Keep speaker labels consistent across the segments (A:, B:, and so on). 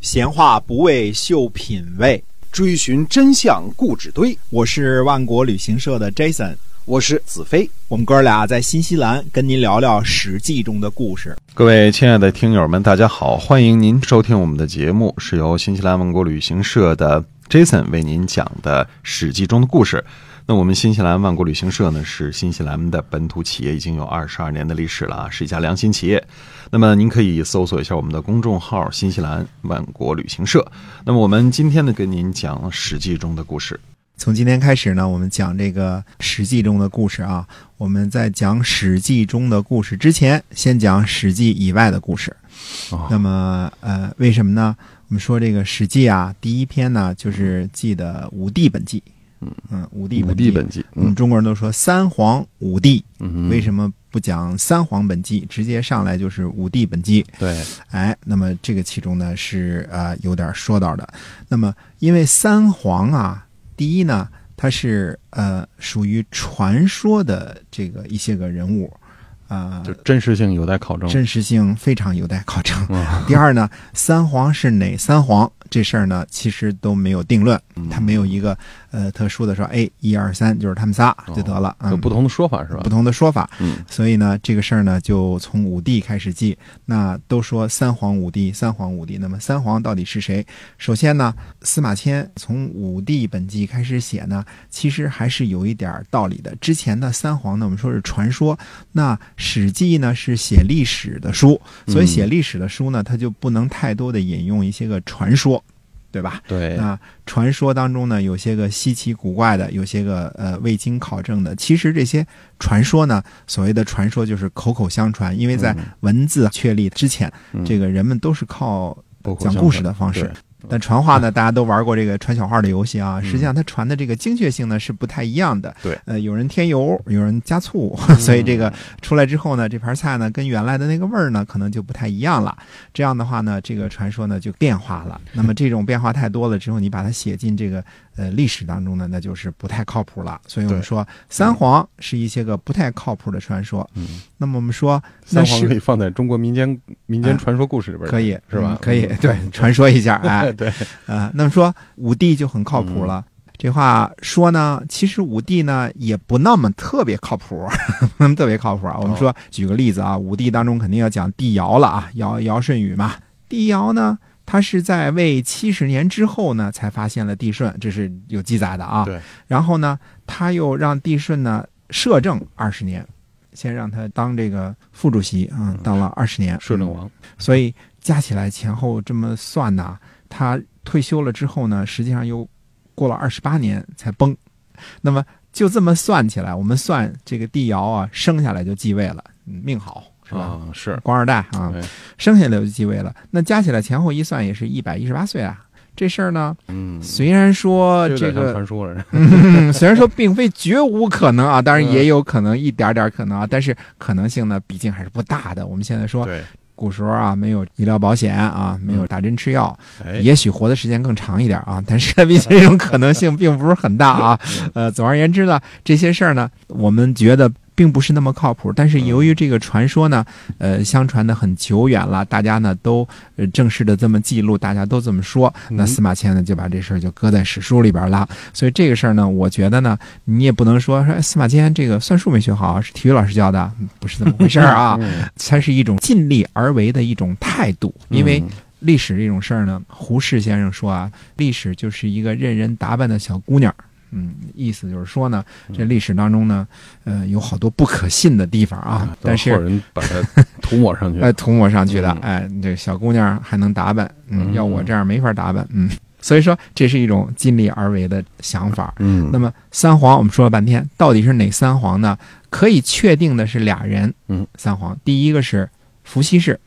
A: 闲话不为秀品味，
B: 追寻真相故纸堆。
A: 我是万国旅行社的 Jason，
B: 我是子飞。
A: 我们哥俩在新西兰跟您聊聊《史记》中的故事。
C: 各位亲爱的听友们，大家好，欢迎您收听我们的节目，是由新西兰万国旅行社的 Jason 为您讲的《史记》中的故事。那我们新西兰万国旅行社呢，是新西兰的本土企业，已经有二十二年的历史了啊，是一家良心企业。那么您可以搜索一下我们的公众号“新西兰万国旅行社”。那么我们今天呢，跟您讲《史记》中的故事。
A: 从今天开始呢，我们讲这个《史记》中的故事啊。我们在讲《史记》中的故事之前，先讲《史记》以外的故事。
C: 哦
A: 那么，呃，为什么呢？我们说这个《史记》啊，第一篇呢就是记的武帝本纪。嗯，武帝
C: 五
A: 本
C: 帝
A: 纪。
C: 本纪，
A: 我们
C: 嗯
A: 中国人都说三皇五帝，
C: 嗯，
A: 为什么不讲三皇本纪，直接上来就是五帝本纪？
C: 对，
A: 哎，那么这个其中呢是呃有点说道的。那么因为三皇啊，第一呢，他是呃属于传说的这个一些个人物，啊、
D: 就真实性有待考证。
A: 真实性非常有待考证。
D: 嗯
A: 第二呢，三皇是哪三皇这事儿呢，其实都没有定论，
D: 嗯
A: 他没有一个呃特殊的说，哎，一二三就是他们仨就得了，
D: 有
A: 嗯
D: 哦不同的说法是吧
A: 不？同的说法。
D: 嗯，
A: 所以呢，这个事儿呢，就从武帝开始记。那都说三皇五帝，三皇五帝。那么三皇到底是谁？首先呢，司马迁从武帝本纪开始写呢，其实还是有一点儿道理的。之前的三皇呢，我们说是传说，那《史记呢》是写历史的书，所以写历史的书呢，它就不能太多的引用一些个传说，对吧？
D: 对，
A: 那传说当中呢，有些个稀奇古怪的，有些个呃未经考证的。其实这些传说呢，所谓的传说就是口口相传，因为在文字确立之前，
D: 嗯
A: 这个人们都是靠
D: 包括
A: 讲
D: 像
A: 故事的方式
D: 对。
A: 但传话呢，大家都玩过这个传小话的游戏啊，实际上它传的这个精确性呢是不太一样的。
D: 嗯对，嗯
A: 呃，有人添油，有人加醋， 所以这个出来之后呢，这盘菜呢跟原来的那个味儿呢可能就不太一样了。这样的话呢，这个传说呢就变化 了。那么这种变化太多了之后，你把它写进这个呃历史当中呢，那就是不太靠谱了。所以我们
D: 对
A: 说三皇是一些个不太靠谱的传说。
D: 嗯，
A: 那么我们说那
D: 三皇可
A: 是啊
D: 以放在中国民间民间传说故事里边儿，
A: 可以
D: 是吧
A: 嗯？可以对，传说一下哎
D: 嗯，。对，
A: 啊，那么说武帝就很靠谱
D: 嗯
A: 了。这话说呢，其实武帝呢也不那么特别靠谱， 不那么特别靠谱
D: 哦
A: 啊。我们说举个例子啊，武帝当中肯定要讲帝尧了啊，尧尧舜禹嘛。帝尧呢，他是在位七十年之后呢，才发现了帝舜，这是有记载的啊。
D: 对。
A: 然后呢，他又让帝舜呢摄政二十年，先让他当这个副主席啊、嗯，当了二十年。
D: 摄政王
A: 所以加起来前后这么算呐，他退休了之后呢，实际上又过了二十八年才崩。那么就这么算起来，我们算这个帝尧啊，生下来就继位了，嗯命好是吧？
D: 啊，是
A: 官二代啊
D: 对，
A: 生下来就继位了。那加起来前后一算，也是一百一十八岁啊。这事儿呢，
D: 嗯，
A: 虽然说
D: 有
A: 这
D: 点像
A: 个
D: 传说了，
A: 嗯，虽然说并非绝无可能啊，当然
D: 嗯
A: 也有可能一点点可能啊，但是可能性呢，毕竟还是不大的。我们现在说
D: 对，
A: 古时候啊，没有医疗保险啊，没有打针吃药，
D: 哎，
A: 也许活的时间更长一点啊，但是毕竟这种可能性并不是很大 啊。呃，总而言之呢，这些事儿呢，我们觉得。并不是那么靠谱，但是由于这个传说呢，呃，相传的很久远了，大家呢都呃正式的这么记录，大家都这么说，那
D: 嗯
A: 司马迁呢就把这事儿就搁在史书里边了。所以这个事儿呢，我觉得呢，你也不能说说、哎、司马迁这个算术没学好，啊是体育老师教的，嗯不是这么回事儿啊。
D: 嗯
A: 它是一种尽力而为的一种态度。因
D: 嗯
A: 为历史这种事儿呢，胡适先生说啊，历史就是一个任人打扮的小姑娘。嗯，意思就是说呢，
D: 嗯
A: 这历史当中呢，呃，有好多不可信的地方啊，但
D: 后
A: 是。
D: 人把它涂抹上去，
A: 哎，涂抹上去的
D: 嗯，
A: 哎，这小姑娘还能打扮，嗯，
D: 嗯
A: 要我这样没法打扮，嗯，所以说这是一种尽力而为的想法。
D: 嗯，
A: 那么三皇我们说了半天，到底是哪三皇呢？可以确定的是俩人，
D: 嗯，
A: 三皇，第一个是伏羲氏，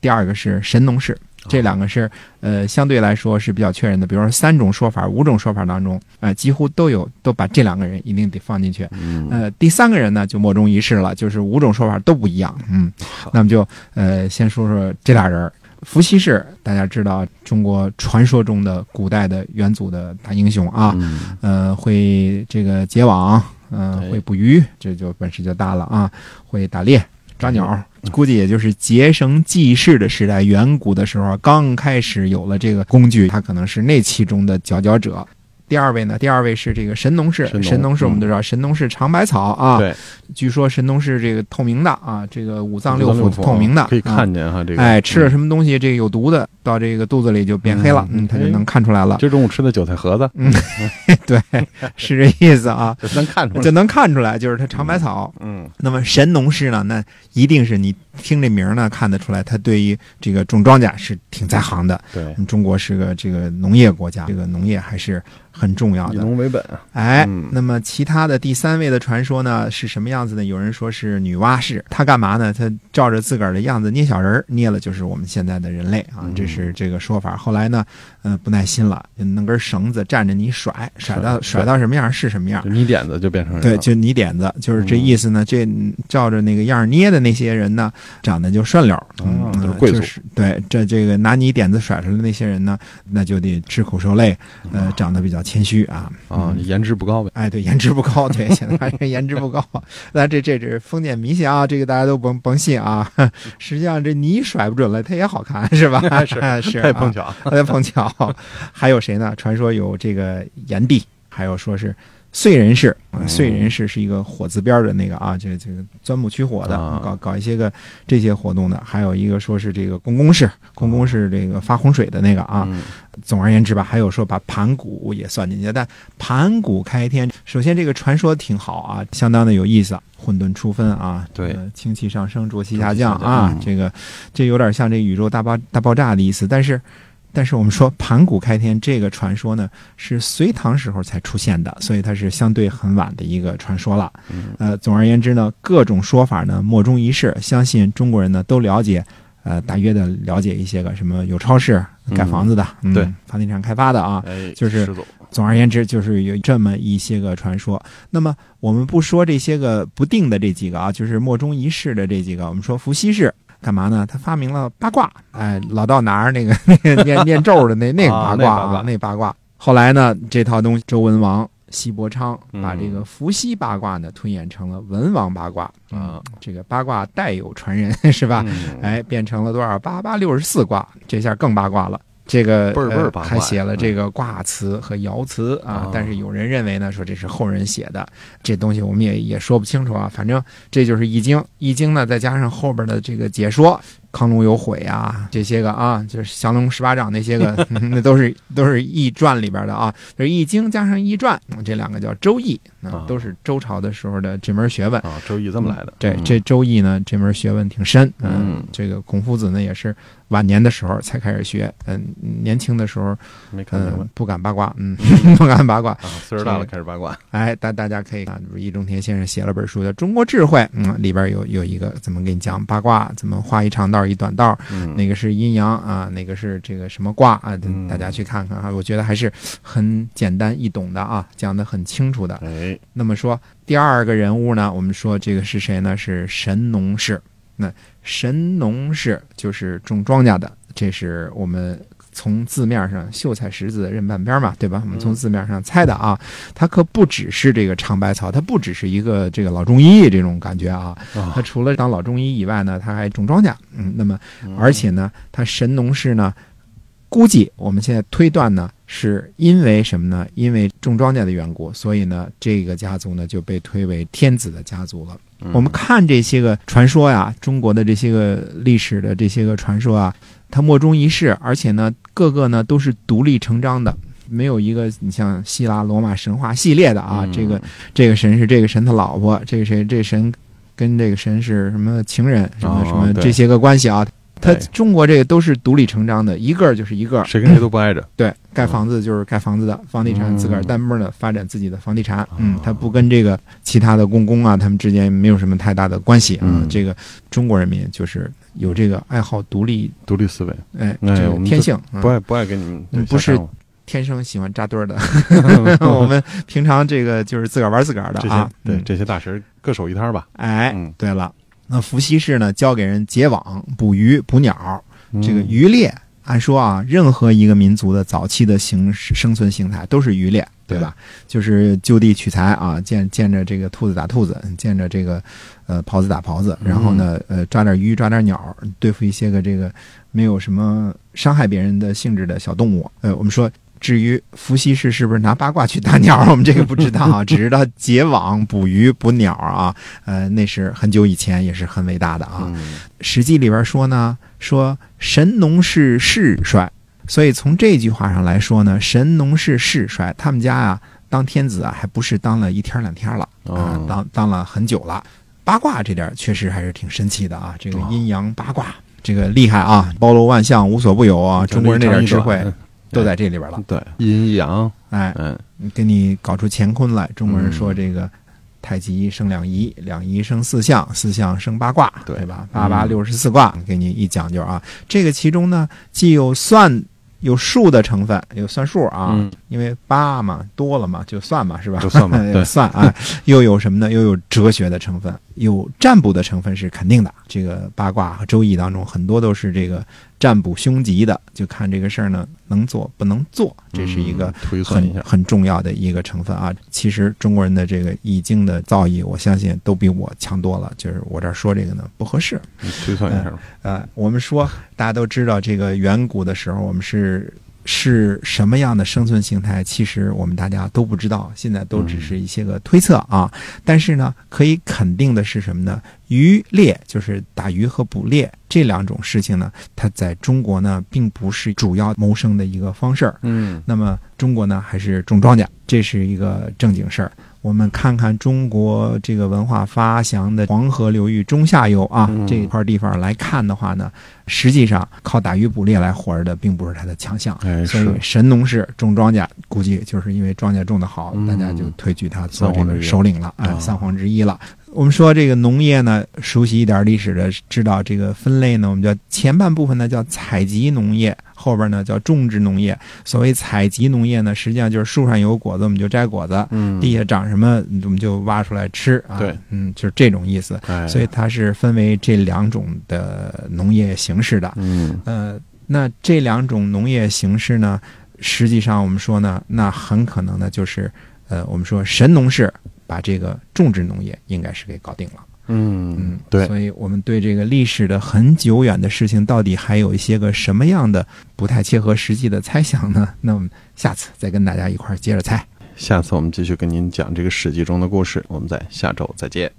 A: 第二个是神农氏，
D: 哦
A: 这两个是呃相对来说是比较确认的。比如说三种说法、五种说法当中，呃，几乎都有都把这两个人一定得放进去。
D: 嗯，
A: 呃，第三个人呢就莫衷一是了，就是五种说法都不一样。嗯，那么就呃先说说这俩人儿。伏羲氏，大家知道中国传说中的古代的元祖的大英雄啊，
D: 嗯
A: 呃，会这个结网，嗯、
D: 对
A: 会捕鱼，这就本事就大了啊，会打猎。抓鸟，估计也就是结绳记事的时代，远古的时候啊刚开始有了这个工具，他可能是那其中的佼佼者。第二位呢？第二位是这个神农氏
D: 神。农
A: 神农氏我们
D: 嗯
A: 都知道，神农氏尝百草啊。
D: 对，
A: 据说神农氏这个透明的啊，这个五脏
D: 六
A: 腑透明的，
D: 可以
A: 啊
D: 看见哈，这个
A: 哎，吃了什么东西，这个有毒的，到这个肚子里就变黑了，
D: 嗯
A: 嗯，它就
D: 哎
A: 能看出来了。
D: 这中午吃的韭菜盒子，
A: 对，是这意思啊，
D: 这能看出来。
A: 就能看出来，就是它尝百草。
D: 嗯，
A: 那么神农氏呢，那一定是你听这名儿呢，看得出来，他对于这个种庄稼是挺在行的。
D: 对，
A: 嗯中国是个这个农业国家，这个农业还是很重要
D: 以
A: 的。
D: 农为本啊，
A: 哎
D: 嗯，
A: 那么其他的第三位的传说呢是什么样子呢？有人说是女娲氏，她干嘛呢？她照着自个儿的样子捏小人儿，捏了就是我们现在的人类啊
D: 嗯，
A: 这是这个说法。后来呢，呃，不耐心了，弄根绳子站着你甩，甩到
D: 甩
A: 甩到什么样是什么样
D: 就。你点子就变成人
A: 对，
D: 了
A: 就你点子，就是这意
D: 嗯
A: 思呢。这照着那个样儿捏的那些人呢，长得就顺溜儿，
D: 哦
A: 嗯，
D: 都是
A: 呃
D: 贵族
A: 就是对，这这个拿你点子甩出来的那些人呢，
D: 嗯
A: 那就得吃苦受累，呃，长得比较谦虚啊。
D: 啊，你颜值不高呗。
A: 哎，对，颜值不高， 对，现在还是颜值不高。 那这这只是封建迷信啊，这个大家都甭甭信啊。 实际上这你甩不准了，它也好看，是 吧？是是，
D: 太碰，
C: 啊
D: 巧，
A: 太碰巧。还有谁呢？传说有这个炎帝，还有说是燧人氏，啊燧人氏是一个火字边儿的那个啊，这这个钻木取火的，
D: 啊
A: 搞搞一些个这些活动的。还有一个说是这个公公氏，公公氏这个发洪水的那个啊。
D: 嗯
A: 总而言之吧，还有说把盘古也算进去，但盘古开天，首先这个传说挺好啊，相当的有意思啊，混沌初分啊，
C: 对
A: 呃清气上升，浊气下
D: 浊气下
A: 降
D: 降
A: 啊，
D: 嗯
A: 这个这有点像这宇宙大爆大爆炸的意思，但是。但是我们说盘古开天这个传说呢，是隋唐时候才出现的，所以它是相对很晚的一个传说了。
D: 嗯
A: 呃，总而言之呢，各种说法呢莫衷一是，相信中国人呢都了解，呃，大约的了解一些个什么有超市盖房子的，嗯
C: 对，
A: 房地产开发的啊。
D: 哎，
A: 就是
D: 始祖
A: 总而言之，就是有这么一些个传说。那么我们不说这些个不定的这几个啊，就是莫衷一是的这几个，我们说伏羲氏。干嘛呢？他发明了八卦，哎，老道拿着那个 那个念念咒的 那那个
D: 啊
A: 八
D: 那
A: 卦
D: 八卦
A: 啊，那八卦。后来呢，这套东西，周文王、西伯昌
D: 嗯
A: 把这个伏羲八卦呢推演成了文王八卦
D: 啊，
A: 这个八卦带有传人 是嗯吧？
D: 嗯
A: 哎，变成了多少八八六十四卦，这下更八卦了。这个
D: 倍儿倍儿八卦
A: 呃还
D: 呀
A: 写了这个卦辞和爻辞啊，
D: 啊
A: 但是有人认为呢，说这是后人写的，这东西我们也也说不清楚啊。反正这就是《易经》，《易经》呢再加上后边的这个解说，康龙有悔啊，这些个啊，就是降龙十八掌那些 个，嗯那都是都是《易传》里边的啊，就是《易经》加上《易传》，嗯这两个叫《周易》，
D: 啊
A: 啊，都是周朝的时候的这门学问。
D: 啊，周易这么来的。
A: 对，
D: 嗯
A: 这《周易》呢，这门学问挺深。
D: 嗯
A: 这个孔夫子呢，也是晚年的时候才开始学。嗯，年轻的时候，
D: 没看明白
A: 嗯，不敢八卦，嗯，不敢八卦。
D: 啊，岁数大了开始八卦，
A: 哎，大大家可以看，就是易中天先生写了本书叫《中国智慧》，嗯，里边有有一个怎么给你讲八卦，怎么画一长道一短道，
D: 嗯
A: 哪个是阴阳啊，哪个是这个什么卦啊
D: 嗯，
A: 大家去看看啊。我觉得还是很简单易懂的啊，讲的很清楚的。
D: 哎，
A: 那么说第二个人物呢，我们说这个是谁呢？是神农氏。那神农氏就是种庄稼的，这是我们从字面上“秀才识字认半边”嘛，对吧？我们从字面上猜的啊，他可不只是这个尝百草，他不只是一个这个老中医这种感觉啊，他
D: 啊
A: 除了当老中医以外呢，他还种庄稼。嗯，那么而且呢，他神农氏呢，估计我们现在推断呢，是因为什么呢？因为种庄稼的缘故，所以呢，这个家族呢就被推为天子的家族了。
D: 嗯
A: 我们看这些个传说呀，中国的这些个历史的这些个传说啊，它莫衷一是，而且呢，各个呢都是独立成章的。没有一个你像希腊罗马神话系列的啊，
D: 嗯
A: 这个这个神是这个神他老婆，这个谁这神跟这个神是什么情人，什么
D: 哦
A: 什么
D: 对
A: 这些个关系啊。它
D: 对
A: 中国这个都是独立成章的，一个儿就是一个儿，
D: 谁跟谁都不挨着，
A: 对，盖房子就是盖房子的，房地产自个儿单门儿的发展自己的房地产，嗯
D: 嗯啊，
A: 它不跟这个其他的公公啊，他们之间没有什么太大的关系啊。
D: 嗯
A: 这个中国人民就是有这个爱好独立，
D: 独立思维，
A: 哎，
D: 哎
A: 这
D: 我
A: 个
D: 们
A: 天
D: 就
A: 性啊
D: 不爱不爱跟你们对
A: 嗯不是
D: 瞎掺和
A: 天生喜欢扎堆儿 的。 我们平常这个就是自个儿玩自个儿的
D: 这
A: 啊
D: 些。对
A: 嗯
D: 这些大神各守一摊儿吧，
A: 哎
D: 嗯，
A: 对了，那伏羲氏呢，教给人结网、捕鱼、捕鸟，嗯这
D: 嗯
A: 个渔猎，按说啊，任何一个民族的早期的形式生存形态都是渔猎，对吧？就是就地取材啊，见见着这个兔子打兔子，见着这个呃狍子打狍子，然后呢呃抓点鱼抓点鸟，对付一些个这个没有什么伤害别人的性质的小动物。呃，我们说至于伏羲氏是不是拿八卦去打鸟，我们这个不知道啊，只知道结网捕鱼捕鸟啊，呃，那是很久以前，也是很伟大的啊。
D: 嗯
A: 史记》里边说呢，说神农氏世衰，所以从这句话上来说呢，神农氏世衰，他们家啊当天子啊还不是当了一天两天了啊、
D: 哦
A: 当当了很久了。八卦这点儿确实还是挺神奇的啊，这个
D: 哦
A: 阴阳八卦这个厉害啊，包罗万象，无所不有啊，中国人那点儿智慧
D: 嗯
A: 都在这里边了。
D: 对阴阳，
A: 哎，
D: 嗯，
A: 给你搞出乾坤来。中国人说这个太极生两仪，两仪生四象，四象生八卦，
D: 对嗯
A: 对吧？八八六十四卦，给你一讲究啊。这个其中呢，既有算。有数的成分，有算数啊，
D: 嗯
A: 因为八嘛多了嘛，就算嘛，是吧？
D: 就 算嘛对
A: 算 啊，又有什么呢？又有哲学的成分，有占卜的成分是肯定的。这个八卦和周易当中很多都是这个占卜凶吉的，就看这个事儿呢能做不能做，这是一个
D: 嗯推算一
A: 很
D: 下，
A: 很重要的一个成分啊。其实中国人的这个易经的造诣，我相信都比我强多了。就是我这儿说这个呢不合适。
D: 你嗯推算一下吧，
A: 呃，我们说大家都知道，这个远古的时候，我们是是什么样的生存形态，其实我们大家都不知道，现在都只是一些个推测啊。但是呢，可以肯定的是什么呢？渔猎就是打鱼和捕猎这两种事情呢，它在中国呢并不是主要谋生的一个方式儿。
D: 嗯
A: 那么中国呢，还是种庄稼，这是一个正经事儿。我们看看中国这个文化发祥的黄河流域中下游啊、
D: 嗯
A: 这块地方来看的话呢，实际上靠打鱼捕猎来活着的并不是它的强项。
D: 哎
A: 所以
D: 是
A: 神农氏种庄稼，估计就是因为庄稼种得好，
D: 嗯
A: 大家就推举他做这
D: 三皇之
A: 个
D: 一
A: 首领了，哎
D: 啊，
A: 三皇之一了。我们说这个农业呢，熟悉一点历史的知道这个分类呢，我们叫前半部分呢叫采集农业，后边呢叫种植农业。所谓采集农业呢，实际上就是树上有果子我们就摘果子，
D: 嗯
A: 地下长什么我们就挖出来吃啊。
D: 对，
A: 嗯，就是这种意思。
D: 哎
A: 所以它是分为这两种的农业形式的。
D: 嗯
A: 呃，那这两种农业形式呢，实际上我们说呢，那很可能呢就是，呃，我们说神农氏把这个种植农业应该是给搞定了。
D: 嗯对，
A: 所以我们对这个历史的很久远的事情，到底还有一些个什么样的不太切合实际的猜想呢？那我们下次再跟大家一块儿接着猜。
D: 下次我们继续跟您讲这个史记中的故事，我们在下周再见。